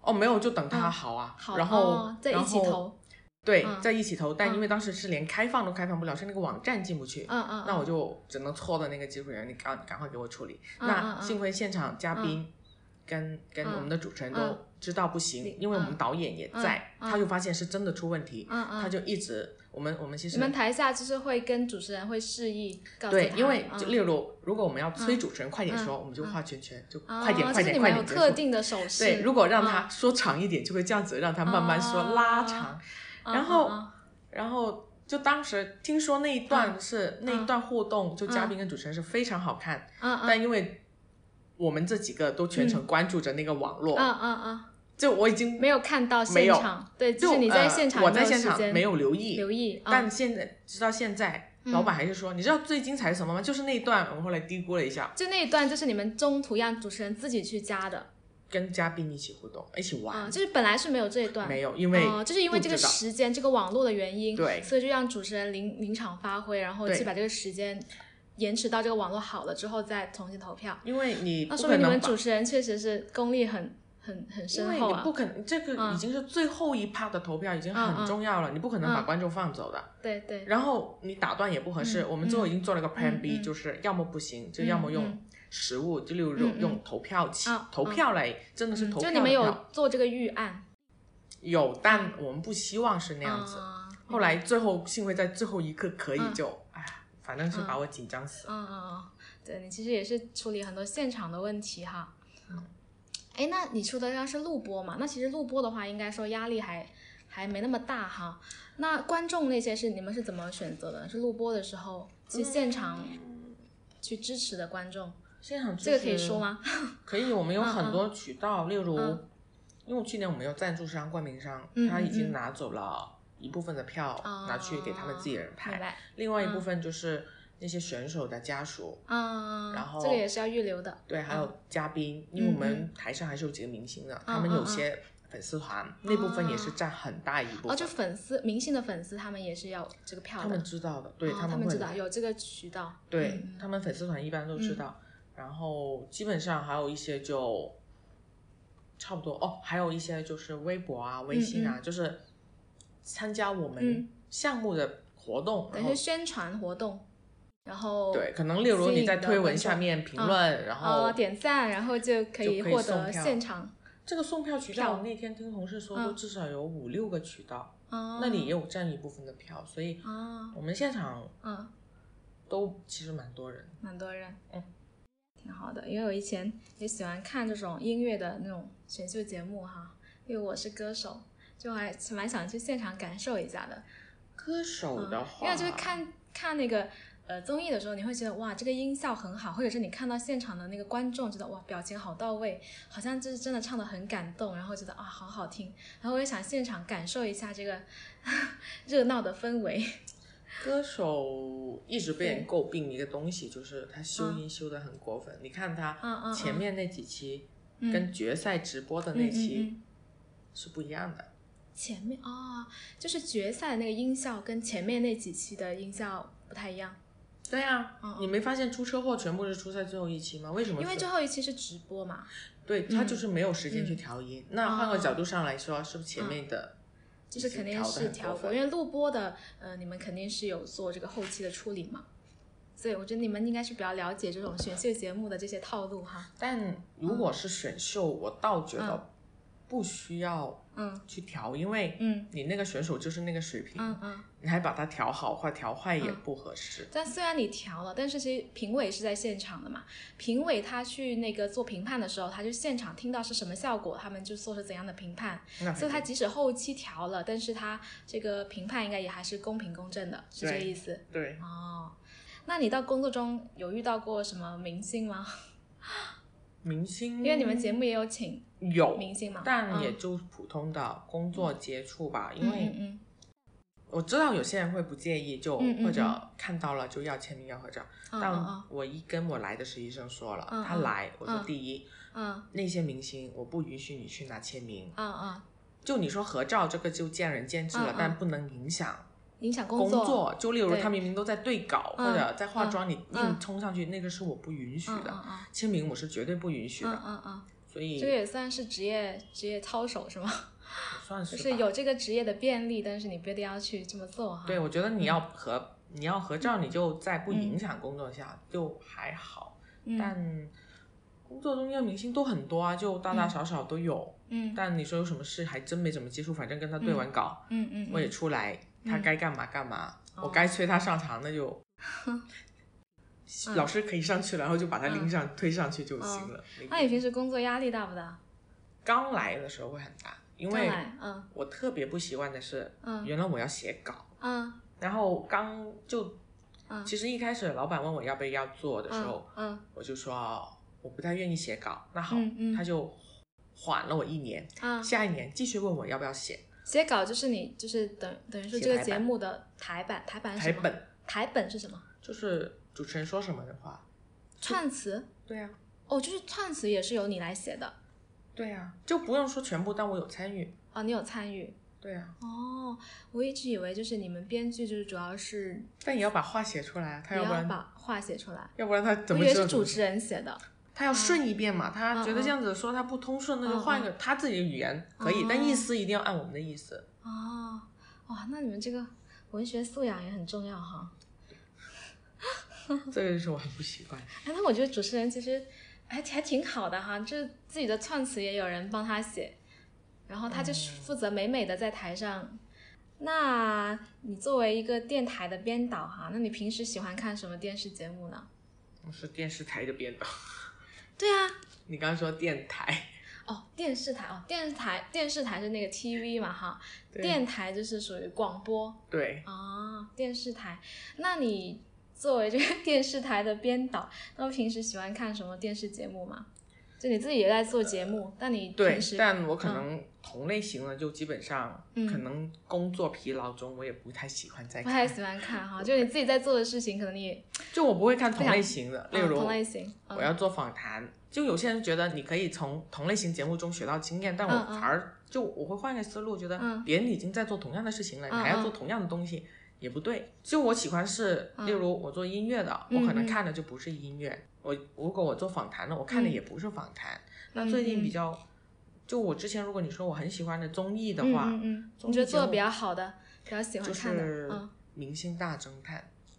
B: 哦，没有，就等它好啊，
A: 好，
B: 然后、
A: 哦再一起
B: 然后，
A: 投。
B: 对，
A: 嗯
B: 在一起投。但
A: 嗯
B: 因为当时是连开放都开放不了，是那个网站进不去。
A: 嗯嗯，
B: 那我就只能搓的那个技术员，你赶赶快给我处理。
A: 嗯嗯
B: 那
A: 嗯
B: 幸亏现场嘉宾跟、跟
A: 嗯
B: 我们的主持人
A: 嗯
B: 都知道不行，
A: 你
B: 因为我们导演也在，
A: 嗯嗯
B: 他就发现是真的出问题，
A: 嗯嗯
B: 他就一直我们我们其
A: 你
B: 实
A: 们台下就是会跟主持人会示意，告诉
B: 对
A: 他，
B: 因为
A: 嗯
B: 就例如如果我们要催
A: 嗯
B: 主持人快点说，
A: 嗯
B: 我们就画圈圈，就
A: 啊
B: 快点、快
A: 就是你
B: 点
A: 们有
B: 快点结束
A: 特定的手势，嗯
B: 对，如果让他说长一点，就会这样子让他慢慢说、
A: 啊
B: 拉长，
A: 嗯
B: 然后
A: 嗯
B: 然后。就当时听说那一段是、那一段互动，就嘉宾跟主持人是非常好看，
A: 嗯嗯
B: 但因为我们这几个都全程关注着那个网络，
A: 嗯嗯嗯，
B: 就我已经
A: 没有看到
B: 没
A: 现
B: 有
A: 场，对，
B: 就
A: 就是你在现场，
B: 呃、我在现场没
A: 有
B: 有留
A: 时间
B: 意，
A: 留意，嗯
B: 但现在直到现在，
A: 嗯
B: 老板还是说，你知道最精彩是什么吗？就是那一段，我们后来低估了一下，
A: 就那一段就是你们中途让主持人自己去加的，
B: 跟嘉宾一起互动，一起玩，
A: 嗯，就是本来是没有这一段，
B: 没有，因为、
A: 哦，就是因为这个
B: 不知道
A: 时间，这个网络的原因，
B: 对
A: 所以就让主持人临临场发挥，然后
B: 对
A: 去把这个时间延迟到这个网络好了之后再重新投票。
B: 因为你不
A: 啊那说
B: 可
A: 明你
B: 能
A: 们
B: 把。
A: 主持人确实是功力很很很
B: 因为
A: 深厚
B: 你
A: 啊嗯
B: 不。可能，这个已经是最后一趴的投票，已经很重要了，你不可能把观众放走的。
A: 对对，
B: 然后你打断也不合适，
A: 嗯
B: 我们最后已经做了个 Plan
A: 嗯
B: B，、
A: 嗯
B: 就是要么不行，就要么用
A: 嗯
B: 实物，就例如用、
A: 嗯嗯
B: 用投票器、
A: 啊
B: 投票来，真的是
A: 嗯
B: 投票
A: 就你
B: 的票。
A: 们有做这个预案
B: 有但我们不希望是那样子。
A: 啊嗯
B: 后来最后幸亏在最后一刻可以就，哎、反正是把我紧张死了。
A: 嗯嗯嗯，对你其实也是处理很多现场的问题哈。
B: 嗯
A: 哎，那你说的刚是录播嘛？那其实录播的话，应该说压力还还没那么大哈。那观众那些是你们是怎么选择的？是录播的时候去现场去支持的观
B: 嗯
A: 众，
B: 现场、
A: 这个可以说？吗？嗯
B: 可以，我们有很多渠道，例如，因为去年我们有赞助商、冠名商，
A: 嗯
B: 他已经
A: 嗯
B: 拿走了一部分的票，
A: 啊
B: 拿去给他们自己人
A: 明
B: 拍，
A: 白。
B: 另外一部分就是那些选手的家属，
A: 嗯，
B: 然后
A: 这个也是要预留的。哦
B: 对，还有嘉宾，因为我
A: 嗯
B: 们台上还是有几个明星的，他们有些粉丝团、那部分也是占很大一部
A: 哦，
B: 分，
A: 就粉丝明星的粉丝，他们也是要这个票
B: 他
A: 的。
B: 们知道的，对、
A: 哦、
B: 们
A: 们
B: 会
A: 知道有这个渠道。
B: 对
A: 嗯
B: 他们粉丝团一般都知道，然后基本上还有一些就差不多哦，还有一些就是微博啊、微信啊，就是参加我们
A: 嗯
B: 项目的活动，
A: 等
B: 然
A: 于
B: 后
A: 是宣传活动，然后
B: 对，可能例如
A: 吸
B: 你
A: 引
B: 在
A: 的
B: 推文
A: 观
B: 下
A: 众啊
B: 面评论，然后、
A: 呃点赞，然后就可以
B: 就可以
A: 获
B: 送
A: 得
B: 票
A: 现场。
B: 这个送票渠道，
A: 票
B: 我那天听同事说，
A: 嗯
B: 都至少有五六个渠道，
A: 哦，
B: 那里也有占一部分的票，所以
A: 啊，
B: 我们现场
A: 嗯，
B: 都其实蛮多人。
A: 蛮多人，
B: 嗯，
A: 挺好的。因为我以前也喜欢看这种音乐的那种选秀节目哈，因为我是歌手，就还蛮想去现场感受一下的。
B: 歌手的
A: 嗯
B: 话，
A: 因为就是看看那个呃综艺的时候，你会觉得哇，这个音效很好，或者是你看到现场的那个观众，觉得哇，表情好到位，好像就是真的唱的很感动，然后觉得啊，好好听。然后我也想现场感受一下这个 热闹的氛围。
B: 歌手一直被人诟病一个东西，就是他修音修得很过分。你看
A: 嗯
B: 他
A: 嗯
B: 前面那几期
A: 嗯
B: 跟决赛直播的
A: 嗯
B: 那
A: 嗯
B: 期
A: 嗯
B: 是不一样的，
A: 前面哦，就是决赛的那个音效跟前面那几期的音效不太一样，
B: 对呀，你没发现出车祸全部是出在最后一期吗？为什
A: 嗯
B: 么是？
A: 因为最嗯后一期是直播嘛，
B: 对他就是没有时间去调音。那换个
A: 嗯
B: 角度上来说，是不是前面的
A: 就是肯定是调
B: 过
A: 过，
B: 分
A: 因为录播的，呃，你们肯定是有做这个后期的处理嘛，所以我觉得你们应该是比较了解这种选秀节目的这些套路哈。
B: 但如果是选秀，我倒觉得不需要
A: 嗯
B: 去调，因为
A: 嗯
B: 你那个选手就是那个水平，
A: 嗯嗯。
B: 你还把它调好或调坏也不合适。
A: 但虽然你调了，但是其实评委是在现场的嘛，评委他去那个做评判的时候，他就现场听到是什么效果，他们就做出怎样的评判。
B: 那
A: 所以他
B: 肯定
A: 即使后期调了，但是他这个评判应该也还是公平公正的，是这个
B: 对
A: 意思。
B: 对
A: 哦，那你到工作中有遇到过什么明星吗？
B: 明星，
A: 因为你们节目也有请
B: 有
A: 明星嘛，
B: 但也
A: 嗯
B: 就普通的工作接触吧，因
A: 嗯
B: 为
A: 嗯
B: 我知道有些人会不介意，就
A: 嗯嗯
B: 或者看到了就要签名要合照。
A: 嗯嗯
B: 但
A: 嗯
B: 我一跟我来的实习生说了，
A: 嗯
B: 他
A: 嗯
B: 来，我说
A: 嗯
B: 第一，
A: 嗯
B: 那些明星我不允许你去拿签名，
A: 嗯嗯，
B: 就你说合照这个就见仁见智了，
A: 嗯嗯
B: 但不能影响
A: 影响
B: 工
A: 作，
B: 就例如
A: 对
B: 他明明都在对稿
A: 嗯
B: 或者在化妆，你
A: 嗯
B: 硬冲上去，那个是我不允许
A: 嗯
B: 的。
A: 嗯
B: 签名我是绝对不允许
A: 嗯
B: 的，
A: 嗯嗯
B: 所
A: 嗯，
B: 以
A: 这个也算是职业职业操守是吗？
B: 算
A: 就是是
B: 吧。
A: 有这个职业的便利，但是你不一定要去这么做哈。
B: 对，我觉得
A: 嗯
B: 你要合你要合照，你就在不影响工作下就还好，
A: 嗯
B: 但。工作中要明星都很多啊，就大大小小都有。
A: 嗯
B: 但你说有什么事，还真没怎么接触。反正跟他对完稿，
A: 嗯嗯，
B: 我也出来，他
A: 嗯
B: 该干嘛干嘛，
A: 哦
B: 我该催他上场 那就
A: 嗯，
B: 老师可以上去了，然后就把他拎上、推上去就行了。那
A: 哦那
B: 个
A: 你平时工作压力大不大？
B: 刚来的时候会很大，因
A: 将
B: 为
A: 来，嗯
B: 我特别不习惯的是，
A: 嗯
B: 原来我要写稿，
A: 嗯
B: 然后刚就，
A: 嗯
B: 其实一开始老板问我要不要做的时候，
A: 嗯
B: 我就说我不太愿意写稿，那好，
A: 嗯嗯
B: 他就缓了我一年，
A: 嗯，
B: 下一年继续问我要不要写
A: 写稿就是你就是等等于说
B: 写
A: 这
B: 台
A: 个节
B: 本
A: 目的台版，台版是
B: 台
A: 什么？
B: 本，
A: 台本是什么？
B: 就是主持人说什么的话，
A: 串词
B: 对啊呀、
A: 哦，就是串词也是由你来写的
B: 对啊呀、就不用说全部，但我有参与。
A: 哦，你有参与
B: 对啊呀、
A: 哦。我一直以为就是你们编剧就是主要是
B: 但也要把话写出来啊，他
A: 你
B: 不
A: 要
B: 然
A: 把话写出来，
B: 要不然他
A: 我
B: 怎
A: 以
B: 么
A: 为
B: 知道
A: 是
B: 怎么
A: 主持人写的
B: 他要顺一遍嘛，
A: 嗯
B: 他觉
A: 嗯
B: 得这样子说他不通顺，那就
A: 嗯
B: 换一个他自己的语言可以
A: 哦，
B: 但意思一定要按我们的意思。
A: 哦。哇，那你们这个文学素养也很重要哈。
B: 这个就是我很不习惯。
A: 哎，那我觉得主持人其实还还挺好的哈，就是自己的
B: 嗯
A: 串词也有人帮他写，然后他就是负责美美的在台上那你作为一个电台的编导哈、那你平时喜欢看什么电视节目呢？
B: 我是电视台的编导，
A: 对啊，
B: 你刚刚说电台，
A: 哦，电视台哦，电视台电视台是那个 TV 嘛哈，
B: 对
A: 电台就是属于广播
B: 对，
A: 啊，电视台。那你作为这个 电视台的编导，那么平时喜欢看什么电视节目吗？就你自己也在做节目，但你
B: 呃对
A: 平时，
B: 但我可能同类型的就基本上，
A: 嗯
B: 可能工作疲劳中，我也不太喜欢再
A: 不太
B: 看，
A: 喜欢看哈，就你自己在做的事情，可能你也
B: 就我不会看同类型的，例
A: 啊
B: 如
A: 同类型，嗯
B: 我要做访谈，就有些人觉得你可以从同类型节目中学到经验，但我
A: 嗯嗯
B: 反而就我会换个思路，觉得
A: 嗯
B: 别人已经在做同样的事情了，你
A: 嗯
B: 还要
A: 嗯
B: 做同样的东西。也不对，就我喜欢是，
A: 嗯
B: 例如我做音乐的，
A: 嗯
B: 我可能
A: 嗯
B: 看的就不是音乐。我如果我做访谈的，我看的
A: 嗯
B: 也不是访谈。那最近比较，就我之前如果你说我很喜欢的综艺的话，
A: 嗯嗯嗯，
B: 综
A: 你
B: 艺
A: 觉得做
B: 节
A: 的
B: 目
A: 比较好的，比较喜欢
B: 就
A: 看的，
B: 是《
A: 嗯，
B: 明星大侦探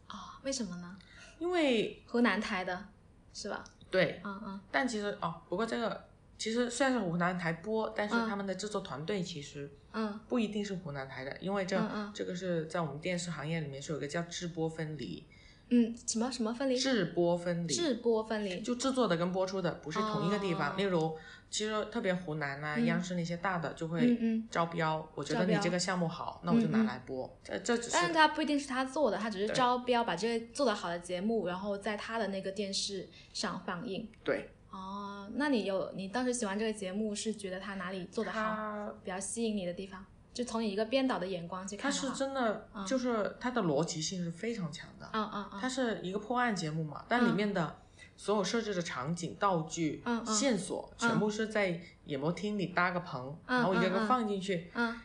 A: 哦，为什么呢？》，
B: 因为
A: 湖南台的，是吧？
B: 对
A: 嗯嗯
B: 但其实哦，不过这个其实虽然是湖南台播，但是
A: 嗯
B: 他们的制作团队其实
A: 嗯
B: 不一定是湖南台的，因为这、
A: 嗯嗯
B: 这个是在我们电视行业里面是有一个叫制播分离，
A: 嗯，什么什么分离？
B: 制播分离，
A: 制播分离。
B: 就制作的跟播出的不是同一个地方。
A: 哦
B: 例如，其实特别湖南啊、
A: 嗯
B: 央视那些大的就
A: 嗯
B: 会
A: 嗯，
B: 招标，我觉得
A: 招
B: 你
A: 标
B: 这个项目好，那我就拿
A: 嗯嗯
B: 来播。这这只是
A: 但是他不一定是他做的，他只是
B: 对
A: 招标，把这个做得好的节目，然后在他的那个电视上放映。
B: 对
A: 哦，那你有你当时喜欢这个节目，是觉得他哪里做得好，
B: 它
A: 比较吸引你的地方？就从你一个编导的眼光去
B: 它
A: 看的
B: 是
A: 话，
B: 真的
A: 嗯
B: 就是它的逻辑性是非常强的。
A: 嗯嗯嗯
B: 它是一个破案节目嘛，但里面的所有设置的场景、道具、
A: 嗯嗯
B: 线索，全部是在演播厅里搭个棚，
A: 嗯
B: 然后一个
A: 嗯
B: 个
A: 嗯
B: 放进去。
A: 嗯，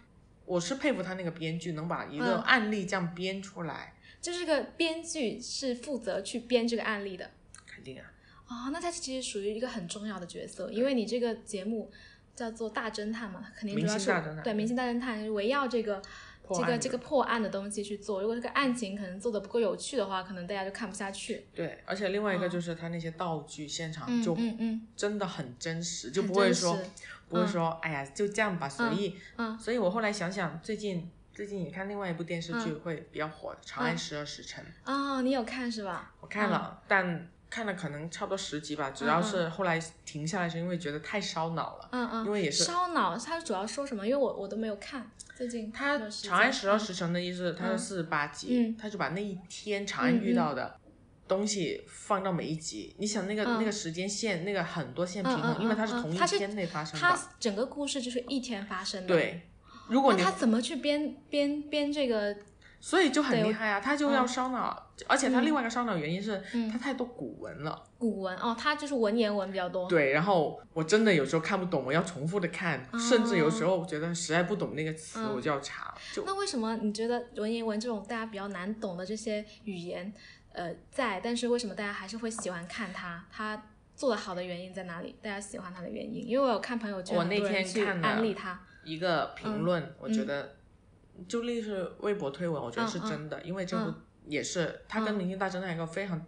B: 我是佩服他那个编剧能把一个
A: 嗯
B: 案例这样编出来，
A: 就是这个编剧是负责去编这个案例的。
B: 肯定啊，
A: 哦，那他其实属于一个很重要的角色，因为你这个节目叫做大侦探嘛，肯定主要
B: 明
A: 是
B: 星大侦探
A: 对明星大侦探围绕这个
B: 破
A: 这
B: 案
A: 个
B: 的
A: 这个破案的东西去做。如果这个案情可能做的不够有趣的话，可能大家就看不下去。
B: 对，而且另外一个就是他那些道具现场
A: 嗯
B: 就
A: 嗯嗯，
B: 真的很真实，就
A: 很
B: 不会
A: 真实
B: 说不会
A: 嗯
B: 说哎呀就这样吧随意。
A: 嗯
B: 所以我后来想想，最近最近你看另外一部电视剧会比较火，长安
A: 嗯
B: 十二时辰》。
A: 哦，你有看是吧？
B: 我看
A: 嗯
B: 了，但看了可能差不多十集吧。主要是后来停下来是因为觉得太烧脑了。
A: 嗯嗯，
B: 因为也是
A: 烧脑，他主要说什么？因为我我都没有看，最近
B: 他
A: 没有
B: 《
A: 时
B: 长安
A: 间
B: 十二时辰》的意思，它是四十八集，
A: 嗯
B: 他就把那一天长安遇到的东西放到每一集。你想那个
A: 嗯
B: 那个时间线，那个很多线
A: 嗯
B: 平
A: 嗯
B: 衡，因为
A: 嗯
B: 它是
A: 嗯
B: 同一
A: 它是
B: 天内发生
A: 他
B: 的。
A: 整个故事就是一天发生的。，
B: 对，如果
A: 那
B: 你
A: 他怎么去编编编这个
B: 所以就很
A: 对
B: 厉害啊，他就要烧脑，而且他另外一个烧脑原因是
A: 嗯
B: 他太多古文了。
A: 古文哦，它就是文言文比较多。
B: 对，然后我真的有时候看不懂，我要重复的看，甚至有时候觉得实在不懂那个词，
A: 哦嗯
B: 我就要查。就
A: 那为什么你觉得文言文这种大家比较难懂的这些语言，呃，在，但是为什么大家还是会喜欢看它？它做的好的原因在哪里？大家喜欢它的原因？因为我有看朋友圈，
B: 我
A: 很
B: 那
A: 多人
B: 天
A: 去
B: 看了
A: 安利它。嗯
B: 一个评论，我觉得就类似微博推文，我
A: 嗯
B: 觉得是真的，因为这部也是它跟《明星大侦探》有一个非常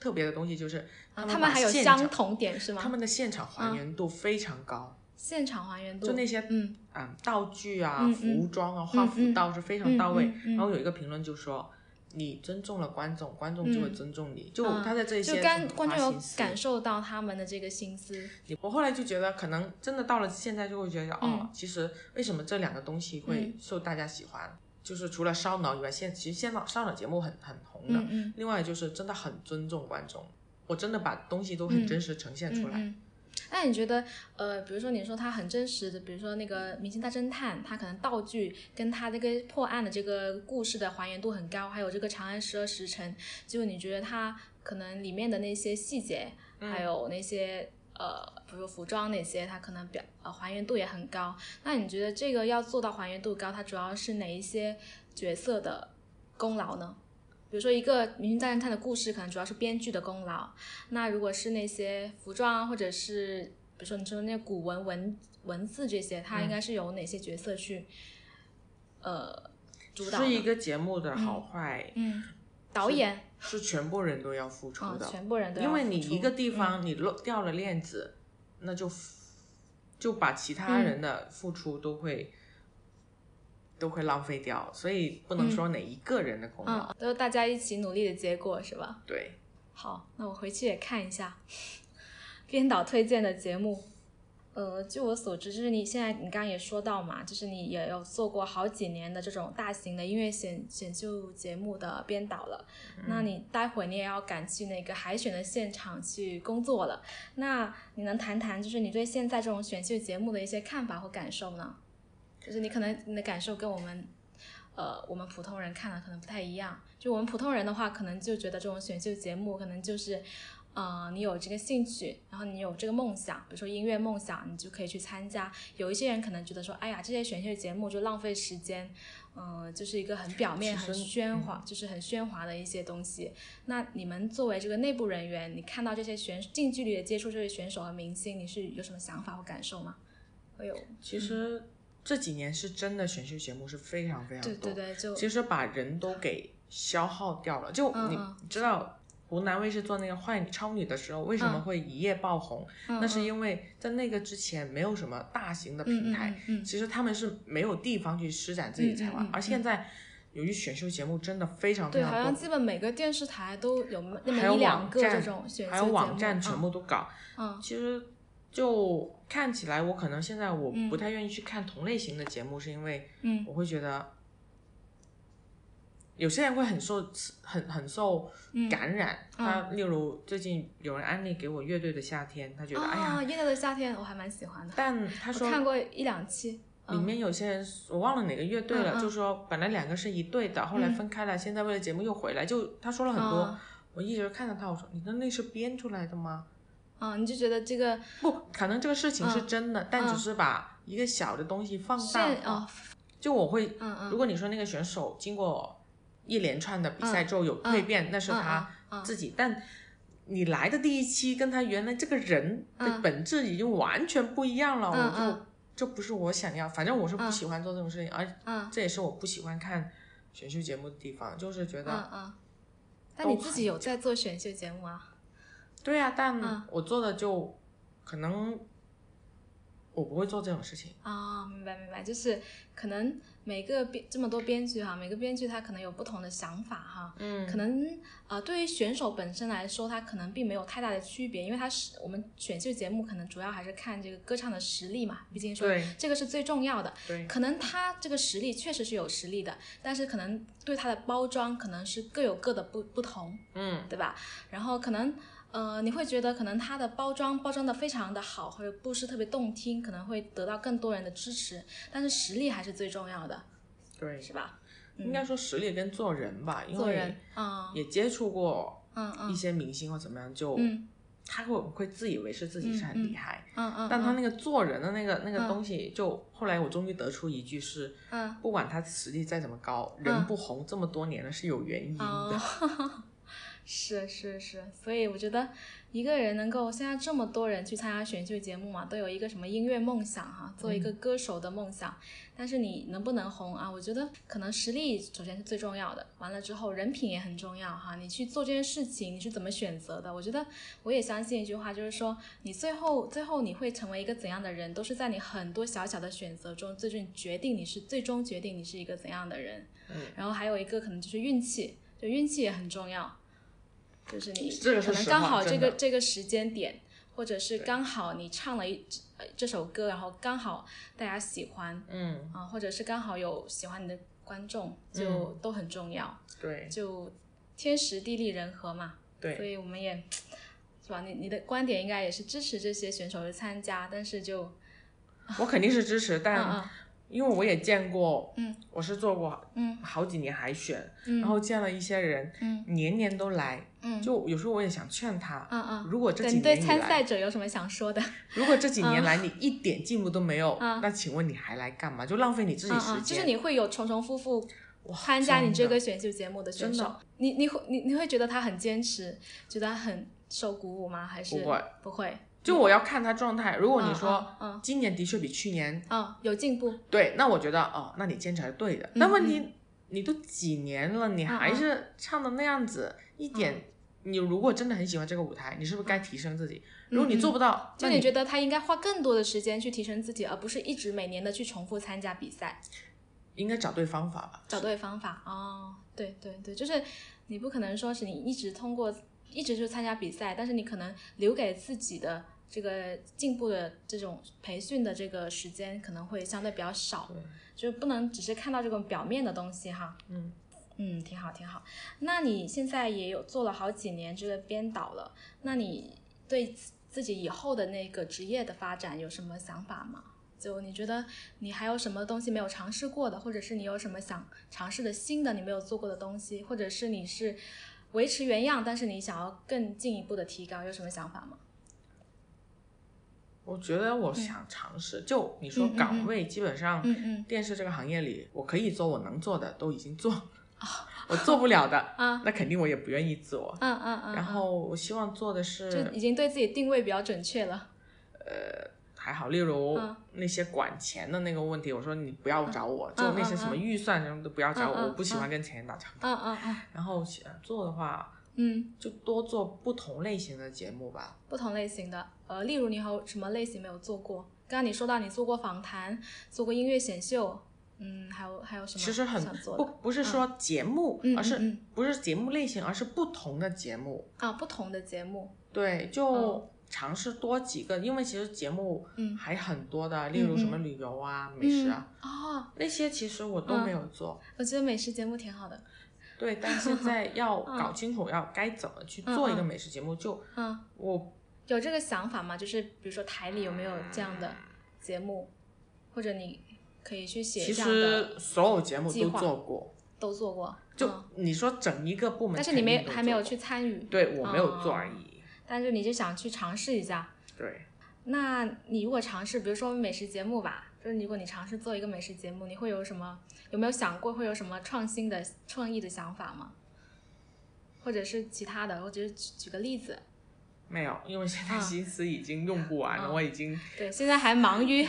B: 特别的东西，就是
A: 啊，
B: 们
A: 们
B: 把
A: 还有
B: 现场
A: 相同点是
B: 他
A: 吗？
B: 们的现场还原度非常高，
A: 现场还原度，
B: 就那些
A: 嗯
B: 嗯道具啊、
A: 嗯嗯
B: 服装啊、画符道是非常到
A: 嗯
B: 位。
A: 嗯嗯嗯
B: 然后有一个评论就说。你尊重了观众，观众就会尊重你。就他在这一
A: 嗯
B: 些
A: 就
B: 很
A: 跟
B: 花
A: 观众有
B: 心思
A: 感受到他们的这个心思，
B: 你我后来就觉得，可能真的到了现在，就会觉得、哦，
A: 嗯
B: 其实为什么这两个东西会受大家喜欢，就是除了烧脑以外，现其实现脑烧脑节目很很红的，
A: 嗯嗯
B: 另外就是真的很尊重观众，我真的把东西都很真实呈现出来。
A: 嗯嗯那你觉得，呃，比如说你说它很真实的，比如说那个《明星大侦探》，它可能道具跟它这个破案的这个故事的还原度很高，还有这个《长安十二时辰》，就你觉得它可能里面的那些细节，
B: 嗯
A: 还有那些呃，比如说服装那些，它可能表呃还原度也很高。那你觉得这个要做到还原度高，它主要是哪一些角色的功劳呢？比如说一个《明星大侦探》的故事，可能主要是编剧的功劳，那如果是那些服装啊，或者是比如说你说那古文文文字这些，它应
B: 嗯
A: 该是由哪些角色去、呃主导呢？
B: 是一个节目的好坏，
A: 嗯，导演
B: 是全部人都要付出
A: 啊、
B: 的，
A: 全部人都要
B: 因为
A: 付
B: 你
A: 出嗯
B: 一个地方你漏掉了链子，
A: 嗯
B: 那就就把其他人的付出都会都会浪费掉，所以不能说哪一个人的功
A: 嗯
B: 劳。
A: 嗯，都是大家一起努力的结果，是吧？
B: 对，
A: 好，那我回去也看一下编导推荐的节目。呃，据我所知，就是你现在你刚刚也说到嘛，就是你也有做过好几年的这种大型的音乐选选秀节目的编导了。那你待会你也要赶去那个海选的现场去工作了。那你能谈谈就是你对现在这种选秀节目的一些看法或感受呢？就是你可能你的感受跟我们呃我们普通人看了可能不太一样。就我们普通人的话，可能就觉得这种选秀节目可能就是呃，你有这个兴趣，然后你有这个梦想，比如说音乐梦想，你就可以去参加。有一些人可能觉得说，哎呀，这些选秀节目就浪费时间，嗯、就是一个很表面、
B: 其实
A: 很喧哗，就是嗯很喧哗的一些东西。那你们作为这个内部人员，你看到这些选近距离的接触这些选手和明星，你是有什么想法或感受吗？会有，
B: 其实这几年是真的选秀节目是非常非常多
A: 对，对对，就
B: 其实把人都给消耗掉了。就
A: 嗯
B: 你
A: 嗯
B: 知道，湖南卫视做那个《坏女超女》的时候，为什么
A: 嗯
B: 会一夜爆红？
A: 那
B: 那是因为在那个之前没有什么大型的平
A: 嗯
B: 台，
A: 嗯嗯嗯
B: 其实他们是没有地方去施展自己才
A: 嗯
B: 华，
A: 嗯嗯嗯
B: 而现在由于选秀节目真的非常非
A: 对，好
B: 常
A: 像
B: 多。
A: 基本每个电视台都有那
B: 还
A: 么
B: 有
A: 一两
B: 网
A: 个
B: 站
A: 这种选秀
B: 还有网站
A: 节
B: 全
A: 目，
B: 部都搞，
A: 嗯
B: 其实就看起来我可能现在我
A: 嗯
B: 不太愿意去看同类型的节目，是因为
A: 嗯
B: 我会觉得有些人会很受很很受
A: 嗯，
B: 感染。他例如最近有人安利给我乐队的夏天，他觉得、哎
A: 啊，《
B: 呀，
A: 月亮的夏天》我还蛮喜欢的，
B: 但他
A: 我
B: 说
A: 看过一两期，
B: 里面有些人我忘了哪个乐队了，
A: 嗯嗯
B: 就说本来两个是一队的，后来分开了，现在为了节目又回来，就他说了很多。
A: 啊
B: 我一直看着他，我说你的那是编出来的吗？
A: 啊，你就觉得这个
B: 不，可能这个事情是
A: 嗯
B: 真的，但只
A: 嗯
B: 是把一个小的东西放大
A: 现
B: 化
A: 哦，
B: 就我会
A: 嗯嗯，
B: 如果你说那个选手经过一连串的比赛之后有蜕变，那是他
A: 嗯嗯
B: 自己。但你来的第一期跟他原来这个人的
A: 嗯
B: 本质已经完全不一样了，
A: 嗯
B: 我就
A: 嗯
B: 这不是我想要，反正我是不
A: 嗯
B: 喜欢做这种事情，而
A: 嗯
B: 这也是我不喜欢看选秀节目的地方，就是觉得、
A: 嗯嗯，但你自己有在做选秀节目啊？
B: 对呀、但
A: 嗯
B: 我做的就可能我不会做这种事情。
A: 啊，明白明白，就是可能每个编这么多编剧哈，每个编剧他可能有不同的想法哈，
B: 嗯
A: 可能呃，对于选手本身来说，他可能并没有太大的区别，因为他是我们选秀节目可能主要还是看这个歌唱的实力嘛，毕竟说
B: 对
A: 这个是最重要的。
B: 对
A: 可能他这个实力确实是有实力的，但是可能对他的包装可能是各有各的不不同，
B: 嗯，
A: 对吧？然后可能呃，你会觉得可能它的包装包装的非常的好，或者故事特别动听，可能会得到更多人的支持，但是实力还是最重要的，
B: 对，
A: 是吧？
B: 应该说实力跟做人吧，因
A: 做
B: 为
A: 人，嗯
B: 也接触过
A: 嗯
B: 一
A: 嗯
B: 些明星或怎么样，就、
A: 嗯
B: 他会会自以为是自己是很厉害，
A: 嗯嗯，
B: 但他
A: 嗯
B: 那个做人的那个那个
A: 嗯
B: 东西，就后来我终于得出一句是，
A: 嗯
B: 不管他实力再怎么高，
A: 嗯
B: 人不红这么多年了是有原因的。
A: 哦， 是是是，所以我觉得一个人能够现在这么多人去参加选秀节目嘛，都有一个什么音乐梦想哈、做一
B: 嗯
A: 个歌手的梦想。但是你能不能红啊？我觉得可能实力首先是最重要的，完了之后人品也很重要哈、你去做这件事情，你是怎么选择的？我觉得我也相信一句话，就是说你最后最后你会成为一个怎样的人，都是在你很多小小的选择中，最终决定你是最终决定你是一个怎样的人。然后还有一个可能就是运气，就运气也很重要，就是你
B: 这个是
A: 可能
B: 实
A: 刚
B: 话
A: 好这
B: 真
A: 个
B: 的
A: 这个时间点，或者是刚好你唱了一呃这首歌，然后刚好大家喜欢
B: 嗯，
A: 啊、或者是刚好有喜欢你的观众，就都很重要，
B: 对
A: 就天时地利人和嘛。所
B: 对，
A: 以我们也是吧？你你的观点应该也是支持这些选手去参加，但是就
B: 我肯定是支持，
A: 嗯
B: 但
A: 嗯
B: 因为我也见过，
A: 嗯，
B: 我是做过
A: 嗯
B: 好几年海选，
A: 嗯
B: 然后见了一些人，
A: 嗯
B: 年年都来，
A: 嗯
B: 就有时候我也想劝他，
A: 嗯嗯，
B: 如果这
A: 对
B: 几
A: 你对
B: 年以
A: 参
B: 来
A: 赛。者有什么想说的？
B: 如果这几年来你一点进步都没有，
A: 嗯
B: 那请问你还来干嘛？就浪费你自己时间。
A: 嗯嗯，就是你会有重重复复
B: 哇
A: 参加你这
B: 真的
A: 个选秀节目的选
B: 真
A: 手
B: 的，
A: 你你会你你会觉得他很坚持，觉得他很受鼓舞吗？还是
B: 不会
A: 不会？
B: 就我要看他状态。如果你说
A: 嗯嗯嗯
B: 今年的确比去年
A: 嗯，有进步，
B: 对，那我觉得哦，那你坚持还是对的。
A: 嗯
B: 但问题你都几年了，你还是唱的那样子，一
A: 嗯
B: 点。你如果真的很喜欢这个舞台，你是不是该提升自己？
A: 嗯
B: 如果你做不到，
A: 就
B: 那
A: 你觉得他应该花更多的时间去提升自己，而不是一直每年的去重复参加比赛。
B: 应该找对方法吧。
A: 找对方法哦，对对对，就是你不可能说是你一直通过一直去参加比赛，但是你可能留给自己的这个进步的这种培训的这个时间可能会相对比较少，就不能只是看到这种表面的东西哈。
B: 嗯
A: 嗯，挺好挺好。那你现在也有做了好几年这个编导了，那你对自自己以后的那个职业的发展有什么想法吗？就你觉得你还有什么东西没有尝试过的，或者是你有什么想尝试的新的你没有做过的东西，或者是你是维持原样，但是你想要更进一步的提高，有什么想法吗？
B: 我觉得我想尝试，就你说
A: 嗯嗯嗯
B: 岗位，基本上
A: 嗯嗯
B: 电视这个行业里，我可以做我能做的都已经做，
A: 哦
B: 我做不了的，
A: 啊
B: 那肯定我也不愿意做。
A: 嗯嗯嗯，
B: 然后我希望做的
A: 就是已经对自己定位比较准确了。
B: 还好，例如
A: 嗯
B: 那些管钱的那个问题，我说你不要找我，就那些什么
A: 嗯嗯
B: 预算什么都不要找
A: 嗯嗯
B: 我，我不喜欢
A: 嗯
B: 跟钱打交道。
A: 嗯嗯嗯
B: 然后想做的话，
A: 嗯，
B: 就多做不同类型的节目吧。
A: 不同类型的，呃，例如你还有什么类型没有做过？刚刚你说到你做过访谈，做过音乐选秀，嗯，还有还有什么
B: 其实很
A: 想做
B: 不
A: 的嗯
B: 不是说节目，
A: 嗯嗯
B: 而是、
A: 嗯
B: 不是节目类型，而是不同的节目。
A: 啊？不同的节目，
B: 对，就
A: 嗯
B: 尝试多几个，因为其实节目
A: 嗯
B: 还很多的，例如什么旅游啊、美食啊、
A: 哦，
B: 那些，其实我都
A: 嗯
B: 没有做。
A: 我觉得美食节目挺好的，
B: 对，但现在要搞清楚要该怎么去做一个
A: 嗯
B: 美食节目，就
A: 嗯，
B: 我
A: 有这个想法吗？就是比如说台里有没有这样
B: 嗯
A: 的节目，或者你可以去写
B: 其
A: 这样的，
B: 实所有节目
A: 计
B: 都
A: 划
B: 做过。
A: 都做过，
B: 就
A: 嗯、
B: 你说整一个部门
A: 但是
B: 肯
A: 你
B: 定都做过，
A: 没还没有去参与，
B: 对我没有
A: 嗯
B: 做而已。
A: 但是你就想去尝试一下，
B: 对，
A: 那你如果尝试，比如说美食节目吧，就是如果你尝试做一个美食节目，你会有什么？有没有想过会有什么创新的创意的想法吗？或者是其他的，或者是举举个例子，
B: 没有，因为现在
A: 嗯
B: 心思已经用不完了，
A: 嗯
B: 我已经
A: 对，现在还忙于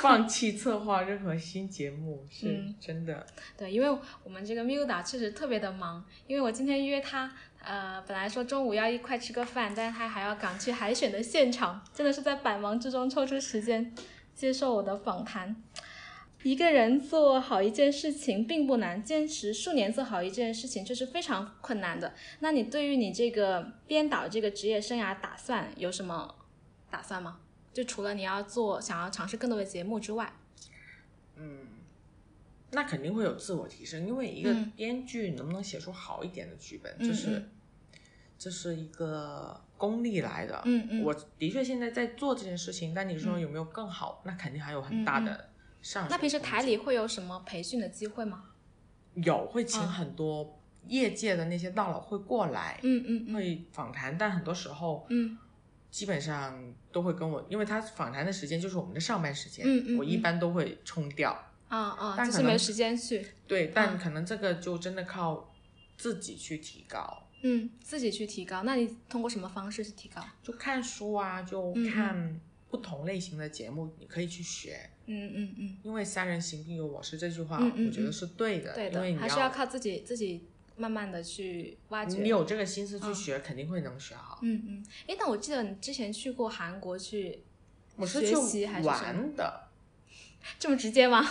B: 放弃策划任何新节目，是
A: 嗯
B: 真的。
A: 对，因为我们这个 Miuda 确实特别的忙，因为我今天约他，呃，本来说中午要一块吃个饭，但是他还要赶去海选的现场，真的是在百忙之中抽出时间接受我的访谈。一个人做好一件事情并不难，坚持数年做好一件事情这是非常困难的。那你对于你这个编导这个职业生涯打算有什么打算吗？就除了你要做想要尝试更多的节目之外，
B: 那肯定会有自我提升，因为一个
A: 嗯
B: 编剧能不能写出好一点的剧本，
A: 嗯
B: 这是
A: 嗯
B: 这是一个功力来的。
A: 嗯嗯
B: 我的确现在在做这件事情，但你说有没有更好？那肯定还有很大的上升空间。
A: 嗯那平时台里会有什么培训的机会吗？
B: 有会请
A: 嗯
B: 很多业界的那些大佬会过来，
A: 嗯嗯嗯
B: 会访谈，但很多时候
A: 嗯
B: 基本上都会跟我，因为他访谈的时间就是我们的上班时间，
A: 嗯嗯
B: 我一般都会冲掉。
A: 啊啊，
B: 但
A: 就
B: 可
A: 是没
B: 能
A: 时间去，
B: 对，但
A: 嗯
B: 可能这个就真的靠自己去提高。
A: 嗯，自己去提高。那你通过什么方式去提高？
B: 就看书啊，就
A: 嗯嗯
B: 看不同类型的节目，你可以去学。
A: 嗯嗯嗯，
B: 因为“三人行必有我师”这句话，
A: 嗯嗯
B: 我觉得是对的，
A: 对
B: 因为
A: 的，
B: 你
A: 还是要靠自己自己慢慢的去挖掘。
B: 你有这个心思去学，肯定会能学好。
A: 嗯嗯，诶，但我记得你之前去过韩国去
B: 我是
A: 学
B: 去
A: 习还是什么？
B: 玩的，
A: 这么直接吗？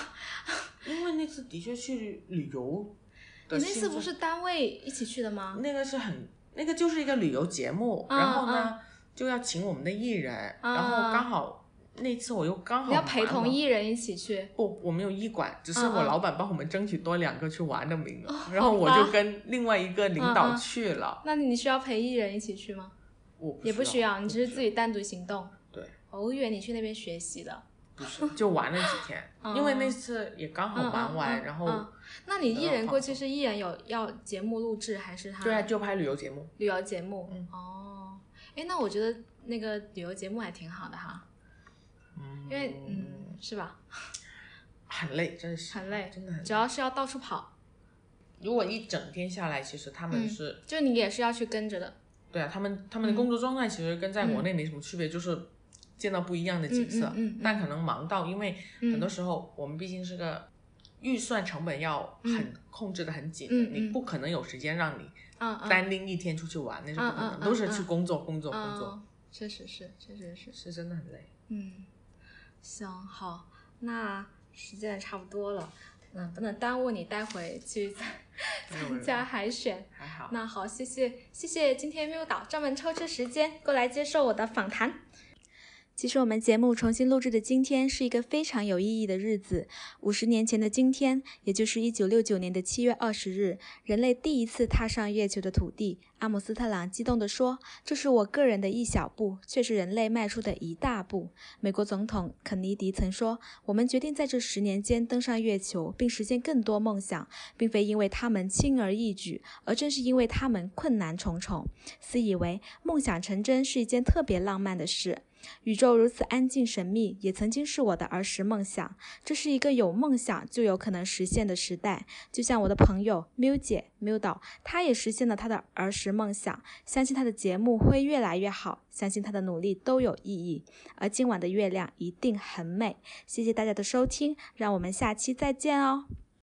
B: 因为那次的确去旅游
A: 你
B: 的
A: 那
B: 性质。
A: 次不是单位一起去的吗？
B: 那个是很那个就是一个旅游节目，
A: 嗯
B: 然后呢、就要请我们的艺人，
A: 嗯
B: 然后刚好那次我又刚好
A: 你要陪
B: 忙
A: 同
B: 了
A: 艺人一起去。
B: 不，我没有医馆，只是
A: 嗯
B: 我
A: 嗯
B: 老板帮我们争取多两个去玩的名额，然后我就跟另外一个领导
A: 嗯嗯
B: 去了。
A: 那你需要陪艺人一起去吗？
B: 我
A: 也不需要，你只是自
B: 己
A: 己单独行动。
B: 对，
A: 我以为你去那边学习的。
B: 不是就玩了几 天，因为那次也刚好
A: 嗯
B: 忙
A: 嗯
B: 完，
A: 嗯
B: 然后、
A: 嗯那你艺人过去
B: 放
A: 是艺人有要节目录制，还是他
B: 对啊，就拍旅游节目。
A: 旅游节目？
B: 嗯
A: 哦，哎，那我觉得那个旅游节目还挺好的哈，
B: 嗯，
A: 因为嗯，是吧？
B: 很累，真的是
A: 很累
B: 真的很
A: 主
B: 累。
A: 要是要到处跑，
B: 如果一整天下来，其实他们
A: 嗯
B: 是、
A: 就你也是要去跟着的。
B: 对啊，他们他们的工作状态其实跟在国内没什么区别，就是见到不一样的景
A: 嗯
B: 色。
A: 嗯嗯嗯
B: 但可能忙到，因为
A: 嗯
B: 很多时候我们毕竟是个预算成本要很、控制的很紧，
A: 嗯嗯
B: 你不可能有时间让你
A: 嗯嗯
B: 单拎一天出去玩，那是不可能，
A: 嗯嗯嗯
B: 都是去工作工作工作，
A: 嗯，确实是，确实是。
B: 是真的很累。
A: 嗯，行好，那时间也差不多了。
B: 嗯，不能耽误你待会 去参参加海选。
C: 还好。
B: 那好，谢谢谢谢，今天缪导专门抽出时间过来接受我的访谈。
A: 其实我们节目重新录制的今天是一个非常有意义的日子。五十年前的今天，也就是一九六九年的七月二十日，人类第一次踏上月球的土地。阿姆斯特朗激动地说：“这是我个人的一小步，却是人类迈出的一大步。”美国总统肯尼迪曾说：“我们决定在这十年间登上月球，并实现更多梦想，并非因为他们轻而易举，而正是因为他们困难重重。”私以为梦想成真是一件特别浪漫的事。宇宙如此安静神秘，也曾经是我的儿时梦想。这是一个有梦想就有可能实现的时代。就像我的朋友 Miu 姐 Miu 导，她也实现了她的儿时梦想。相信她的节目会越来越好，相信她的努力都有意义。而今晚的月亮一定很美。谢谢大家的收听，让我们下期再见哦。